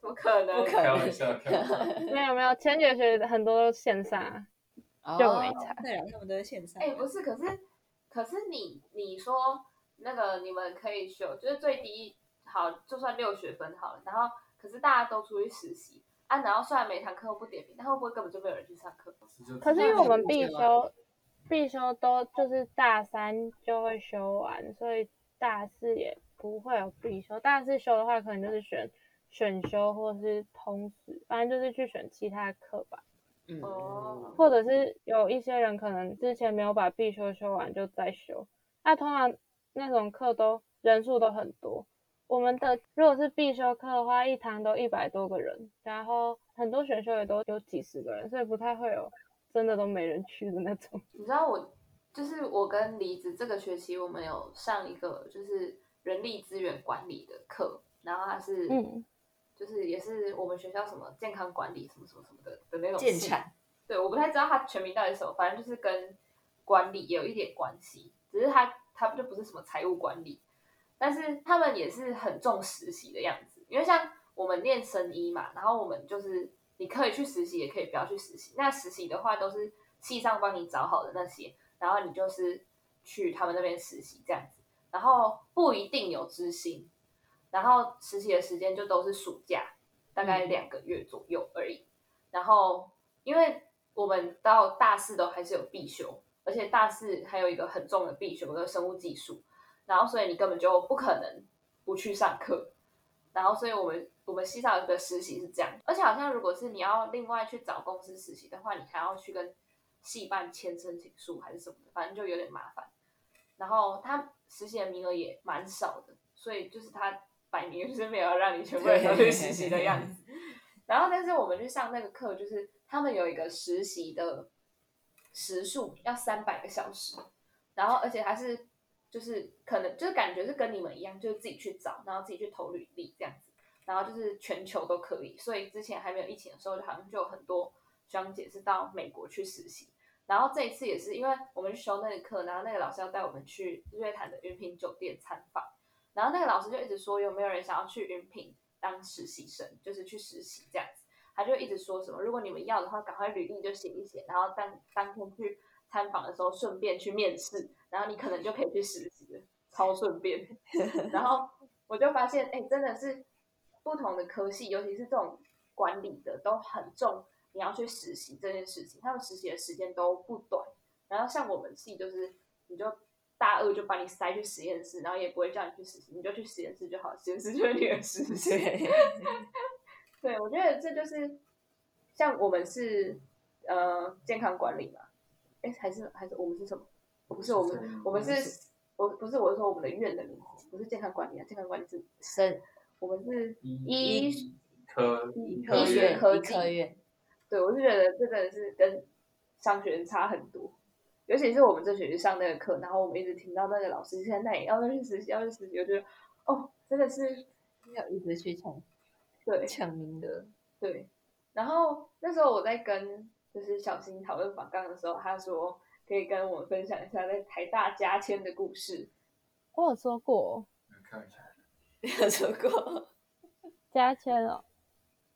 Speaker 3: 怎么可能？
Speaker 2: 不可
Speaker 1: 开玩笑，开玩笑。
Speaker 4: 没有没有，前几个学期很多都线上啊，就没
Speaker 2: 哦
Speaker 4: 差
Speaker 2: 对了，他们都是线上
Speaker 3: 哎、。不是，可是可是你你说那个你们可以修，就是最低好，就算六学分好了，然后可是大家都出去实习啊，然后虽然每堂课都不点名，但会不会根本就没有人去上课？
Speaker 4: 可是因为我们必
Speaker 2: 那你
Speaker 4: 修，必修都就是大三就会修完，所以大四也不会有必修。大四修的话，可能就是选选修或是通识，反正就是去选其他课吧。
Speaker 2: 嗯
Speaker 3: 哦
Speaker 4: 或者是有一些人可能之前没有把必修修完就再修，那通常那种课都人数都很多。我们的如果是必修课的话，一堂都一百多个人，然后很多选修也都有几十个人，所以不太会有真的都没人去的那种。
Speaker 3: 你知道我就是我跟离子这个学期我们有上一个就是人力资源管理的课，然后它是
Speaker 4: 嗯，
Speaker 3: 就是也是我们学校什么健康管理什么什么什么的的那种
Speaker 2: 建
Speaker 3: 系
Speaker 2: 产
Speaker 3: 对，我不太知道它全名到底是什么，反正就是跟管理有一点关系，只是它它就不是什么财务管理，但是他们也是很重实习的样子，因为像我们念生医嘛，然后我们就是你可以去实习，也可以不要去实习。那实习的话都是系上帮你找好的那些，然后你就是去他们那边实习这样子，然后不一定有知心，然后实习的时间就都是暑假，大概两个月左右而已，然后。因为我们到大四都还是有必修，而且大四还有一个很重的必修的生物技术，然后所以你根本就不可能不去上课，然后所以我们我们系上的实习是这样，而且好像如果是你要另外去找公司实习的话，你还要去跟系办签申请书还是什么的，反正就有点麻烦。然后他实习的名额也蛮少的，所以就是他摆明就是没有让你全部人都去实习的样子。然后，但是我们去上那个课，就是他们有一个实习的时数要三百个小时，然后而且还是就是可能就是感觉是跟你们一样，就是自己去找，然后自己去投履历这样子，然后就是全球都可以。所以之前还没有疫情的时候，好像就有很多学长姐是到美国去实习。然后这一次也是因为我们去修那个课，然后那个老师要带我们去日月潭的云品酒店参访，然后那个老师就一直说有没有人想要去云品当实习生，就是去实习这样子。他就一直说什么，如果你们要的话，赶快履历就写一写，然后当当天去参访的时候顺便去面试，然后你可能就可以去实习了，超顺便。然后我就发现，哎、真的是不同的科系，尤其是这种管理的，都很重你要去实习这件事情，他们实习的时间都不短。然后像我们系就是，你就大二就把你塞去实验室，然后也不会叫你去实习，你就去实验室就好，实验室就是你的实习。
Speaker 2: 对，
Speaker 3: 对，我觉得这就是像我们是呃健康管理嘛，哎，还是还是我们是什么？不是我们，我们是，我不是我是说我们的院的名字，不是健康管理啊，健康管理是
Speaker 2: 生
Speaker 3: 我们是
Speaker 1: 医
Speaker 3: 医
Speaker 1: 科
Speaker 3: 科
Speaker 2: 医
Speaker 1: 医
Speaker 2: 学
Speaker 1: 学
Speaker 3: 科
Speaker 2: 医
Speaker 3: 技
Speaker 2: 科院，
Speaker 3: 对，我是觉得这真的是跟商学院差很多，尤其是我们这学期上那个课，然后我们一直听到那个老师现在也要去实习，要去实习，我觉得哦，真的是
Speaker 2: 要一直去抢
Speaker 3: 对
Speaker 2: 抢名额。
Speaker 3: 对，然后那时候我在跟就是小新讨论访纲的时候，他说可以跟我们分享一下在台大加签的故事。
Speaker 4: 我有说过哦
Speaker 1: 看一下，
Speaker 2: [laughs] 没有说
Speaker 3: [laughs]
Speaker 2: 过，
Speaker 4: 加签哦，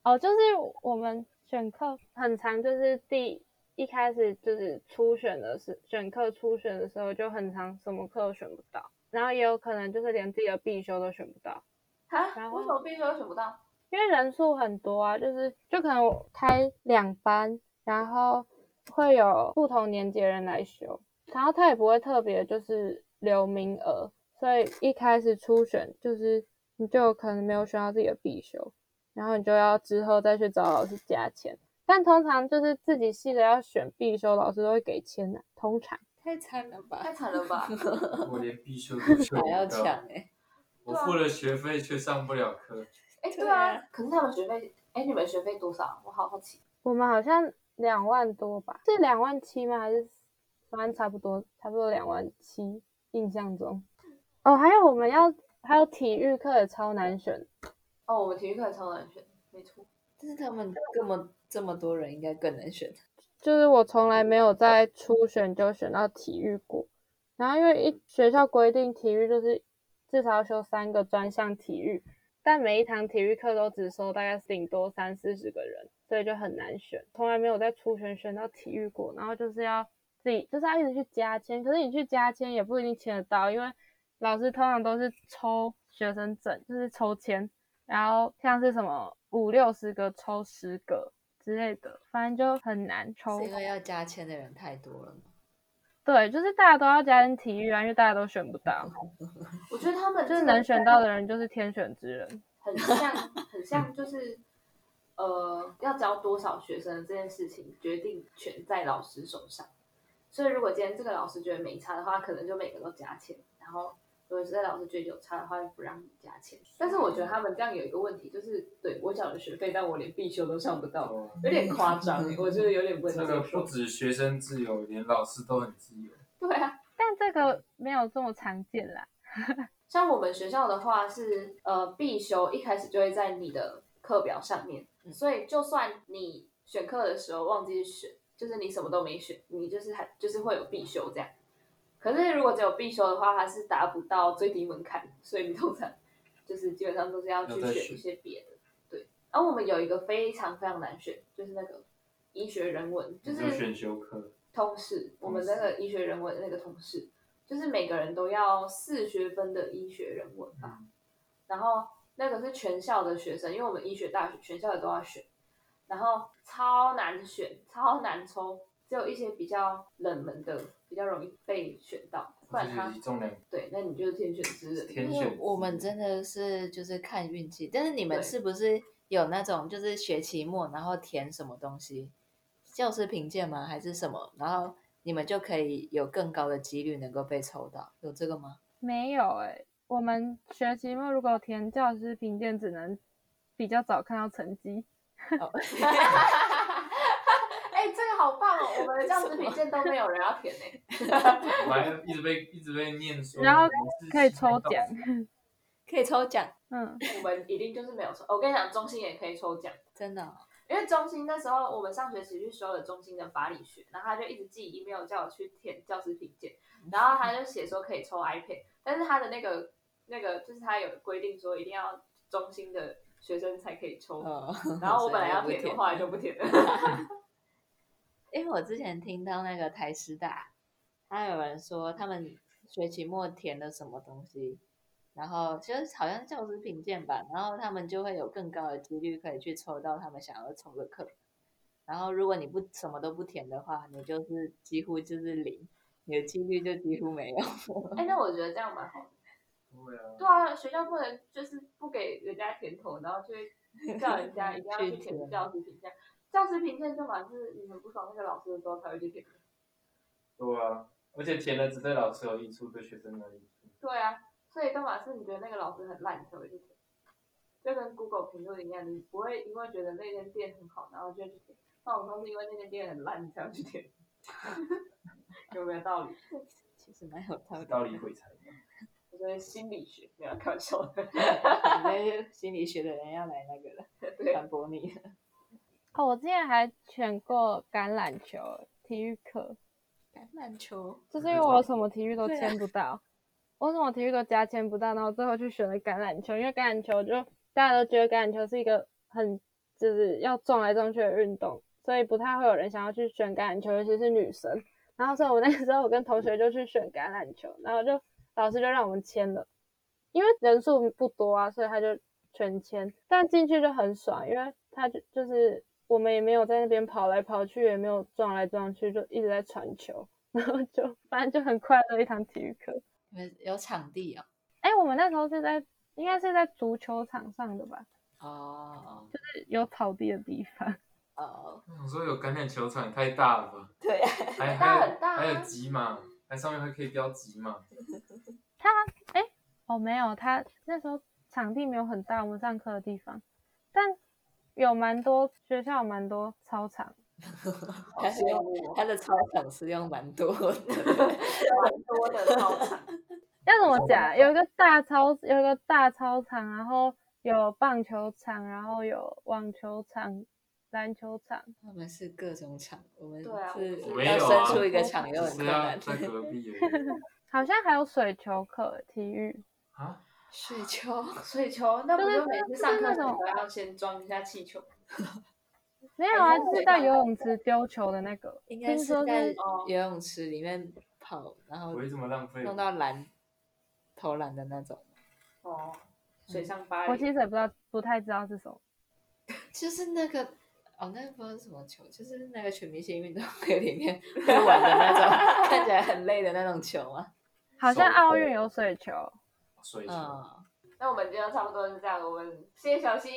Speaker 4: 哦，就是我们选课很长，就是第一开始就是初选的时选课初选的时候就很长，什么课都选不到，然后也有可能就是连自己的必修都选不到。
Speaker 3: 哈，
Speaker 4: 然后
Speaker 3: 为什么必须都选不到？
Speaker 4: 因为人数很多啊，就是就可能我开两班，然后会有不同年级的人来修，然后他也不会特别就是留名额，所以一开始初选就是你就有可能没有选到自己的必修，然后你就要之后再去找老师加钱。但通常就是自己系的要选必修，老师都会给签的、通常
Speaker 2: 太惨了吧
Speaker 3: 太？惨了
Speaker 4: [laughs]
Speaker 3: 吧！
Speaker 1: 我连必修都修
Speaker 2: 还要
Speaker 1: 不
Speaker 2: 抢
Speaker 3: 啊
Speaker 1: 到，
Speaker 2: 哎、欸，
Speaker 1: 我付了学费却上不了课。
Speaker 3: 哎，对
Speaker 2: 对啊
Speaker 3: 啊，可是他们学费，哎，你们学费多少？我好好奇。
Speaker 4: 我们好像两万多吧，是两万七吗？还是反正差不多，差不多两万七，印象中。哦，还有我们要还有体育课也超难选，
Speaker 3: 哦，我们体育课也超难选，没错。
Speaker 2: 但是他们这么这么多人，应该更难选。
Speaker 4: 就是我从来没有在初选就选到体育过。然后因为一学校规定体育就是至少要修三个专项体育，但每一堂体育课都只收大概顶多三四十个人，所以就很难选。从来没有在初选选到体育过，然后就是要自己就是要一直去加签，可是你去加签也不一定签得到，因为老师通常都是抽学生证，就是抽签，然后像是什么五六十个抽十个之类的，反正就很难抽
Speaker 2: 是。因为要加签的人太多了吗？
Speaker 4: 对，就是大家都要加进体育啊，因为大家都选不到，
Speaker 3: 我觉得他们
Speaker 4: 就是
Speaker 3: 这个
Speaker 4: 能选到的人就是天选之人。
Speaker 3: 很像，很像就是呃，要教多少学生这件事情，决定权在老师手上。所以如果今天这个老师觉得没差的话，可能就每个都加钱；然后如果这个老师觉得有差的话，就不让你加钱。但是我觉得他们这样有一个问题，就是对我缴了学费，但我连必修都上不到，
Speaker 1: 哦
Speaker 4: 啊
Speaker 3: 有点夸张、欸，我觉得有点不
Speaker 1: 这
Speaker 3: 能
Speaker 1: 个
Speaker 3: 接
Speaker 1: 不
Speaker 3: 受。
Speaker 1: 止学生自由，连老师都很自由。
Speaker 3: 对啊，
Speaker 4: 但这个没有这么常见啦。
Speaker 3: 像我们学校的话是呃必修，一开始就会在你的课表上面，
Speaker 2: 嗯
Speaker 3: 所以就算你选课的时候忘记选，就是你什么都没选，你就是还就是会有必修这样。可是如果只有必修的话，它是达不到最低门槛，所以你通常就是基本上都是要去
Speaker 1: 要再
Speaker 3: 选
Speaker 1: 选
Speaker 3: 一些别的。对，然后我们有一个非常非常难选，就是那个医学人文，就
Speaker 1: 你
Speaker 3: 是
Speaker 1: 说选修课，
Speaker 3: 同事，我们那个医学人文的那个同事，就是每个人都要四学分的医学人文吧，
Speaker 1: 嗯
Speaker 3: 然后那个是全校的学生，因为我们医学大学全校的都要选，然后超难选，超难抽，只有一些比较冷门的比较容易被选到，
Speaker 1: 这
Speaker 3: 不然他
Speaker 1: 是一重两
Speaker 3: 对，那你就是天选之人。
Speaker 1: 天
Speaker 2: 因为
Speaker 1: 选。
Speaker 2: 我们真的是就是看运气，但是你们
Speaker 3: 对
Speaker 2: 是不是有那种就是学期末然后填什么东西，教师评鉴吗？还是什么？然后你们就可以有更高的几率能够被抽到，有这个吗？
Speaker 4: 没有诶、我们学期末如果填教师评鉴，只能比较早看到成绩。
Speaker 2: 哦
Speaker 3: 哎、这个好棒哦！我们的教
Speaker 1: [laughs]
Speaker 3: 师评鉴都没有人要填呢、
Speaker 1: 我还一直被一直被念说，
Speaker 4: 然后
Speaker 1: 你是
Speaker 4: 可以抽奖
Speaker 2: 可以抽奖，
Speaker 4: 嗯，
Speaker 3: 我们一定就是没有抽。我跟你讲，中心也可以抽奖。
Speaker 2: 真的哦、
Speaker 3: 因为中心那时候我们上学期去修了中心的法理学，然后他就一直寄 email 叫我去填教师评鉴，然后他就写说可以抽 iPad，但是他的那个那个就是他有规定说一定要中心的学生才可以抽，
Speaker 2: [laughs] 哦，
Speaker 3: 然后我本来要
Speaker 2: 所以
Speaker 3: 填
Speaker 2: 就不
Speaker 3: 的，后来就不
Speaker 2: [laughs]
Speaker 3: 填了。
Speaker 2: 因为我之前听到那个台师大，他有人说他们学期末填了什么东西，然后就是好像教师评鉴吧，然后他们就会有更高的几率可以去抽到他们想要抽的课。然后如果你不什么都不填的话，你就是几乎就是零，你的几率就几乎没有。
Speaker 3: 哎、那我觉得这样蛮好的。
Speaker 1: 对啊，
Speaker 3: 对啊，学校不能就是不给人家甜头，然后
Speaker 2: [laughs]
Speaker 3: 就会叫人家一定要去
Speaker 2: 去填
Speaker 3: 填教师评鉴。教师评鉴就嘛是你们不爽那个老师的时候才会去填。
Speaker 1: 对啊，而且填了只对老师有益处，对学生没有益处。
Speaker 3: 对啊，所以都嘛是你觉得那个老师很烂，你才会去填，就跟 Google 评论一样，你不会因为觉得那间店很好，然后就去填。那我都是因为那间店很烂，你才会去填， [laughs] 有没有道理？
Speaker 2: 其实蛮有道理的，
Speaker 1: 道理鬼才。
Speaker 3: 我觉得心理学没有开玩 [laughs] 笑的。
Speaker 2: 可能心理学的人要来那个了，
Speaker 3: 对
Speaker 2: 反驳你。
Speaker 4: 哦，我之前还选过橄榄球体育课，
Speaker 2: 橄榄球，
Speaker 4: 就是因为我什么体育都
Speaker 2: 对啊
Speaker 4: 签不到，我什么体育都加签不到，然后最后去选了橄榄球，因为橄榄球就大家都觉得橄榄球是一个很就是要撞来撞去的运动，所以不太会有人想要去选橄榄球，尤其是女生。然后所以我那个时候我跟同学就去选橄榄球，然后就老师就让我们签了，因为人数不多啊，所以他就全签。但进去就很爽，因为他就就是我们也没有在那边跑来跑去，也没有撞来撞去，就一直在传球，然后就反正就很快乐一堂体育课。
Speaker 2: 你们有场地哦。
Speaker 4: 哎，我们那时候是在应该是在足球场上的吧，
Speaker 2: 哦
Speaker 4: 就是有草地的地方。
Speaker 2: 哦，
Speaker 1: 我说有橄榄球场也太大了
Speaker 2: [laughs]
Speaker 1: 吧？
Speaker 2: 对呀、
Speaker 1: 还
Speaker 3: 大
Speaker 1: 还有
Speaker 3: 很大啊
Speaker 1: 还有几码，还上面会可以标几码。
Speaker 4: 他哎、哦没有，他那时候场地没有很大，我们上课的地方，但有蛮多学校有蛮多操场，
Speaker 3: 好
Speaker 2: 他是
Speaker 3: 羡
Speaker 2: 用
Speaker 3: 慕哦
Speaker 2: 他的操场是用蛮多的，
Speaker 3: 蛮多 [laughs] 的操场，
Speaker 4: 要怎么讲？有一个大操，有一个大操场，然后有棒球场，然后有网球场、篮球场，
Speaker 2: 他们是各种场，我们
Speaker 3: 对啊
Speaker 2: 是
Speaker 1: 我没
Speaker 2: 要
Speaker 1: 有
Speaker 2: 生
Speaker 1: 啊
Speaker 2: 出一个场
Speaker 1: 只
Speaker 2: 有很
Speaker 1: 是
Speaker 2: 困
Speaker 1: 要
Speaker 2: 难。 [laughs]
Speaker 1: 在隔壁而已
Speaker 4: 好像还有水球课、体育。
Speaker 1: 啊！
Speaker 2: 水球，
Speaker 3: 水球那不
Speaker 4: 就是
Speaker 3: 就每次上
Speaker 4: 就是
Speaker 3: 课
Speaker 4: 那
Speaker 3: 前
Speaker 4: 种
Speaker 3: 都要先装一下气球？
Speaker 4: 没有啊，
Speaker 3: 还是
Speaker 4: 就是
Speaker 3: 水
Speaker 4: 到
Speaker 3: 上
Speaker 4: 游
Speaker 3: 篮
Speaker 4: 泳池丢球的那个，
Speaker 2: [laughs] 应该
Speaker 4: 听
Speaker 2: 是
Speaker 4: 说
Speaker 2: 在
Speaker 4: 是
Speaker 3: 哦
Speaker 2: 游泳池里面跑，然
Speaker 1: 我
Speaker 2: 后
Speaker 1: 会这么浪费我？
Speaker 2: 弄到篮投篮的那种，
Speaker 3: 哦，水上芭
Speaker 4: 我
Speaker 3: 蕾
Speaker 4: 其实也不知道，不太知道是什么。
Speaker 2: 就是那个哦，那个不知道是什么球，就是那个全明星运动会里面 [laughs] 会玩的那 [laughs] 种，看起来很累的那种球啊。
Speaker 4: 好像
Speaker 1: 手
Speaker 4: 奥
Speaker 1: 球
Speaker 4: 运有水球，
Speaker 1: 水球，
Speaker 2: 嗯，
Speaker 3: 那我们今天差不多是这样，我们谢谢小新，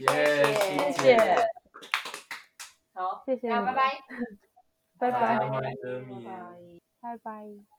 Speaker 1: 耶！
Speaker 2: 谢
Speaker 4: 谢谢，
Speaker 3: 好，
Speaker 4: 谢谢你
Speaker 3: 那拜
Speaker 4: 们，
Speaker 3: 拜。
Speaker 4: 拜
Speaker 1: 大家
Speaker 4: 拜，
Speaker 1: 麦德米。
Speaker 4: 拜拜。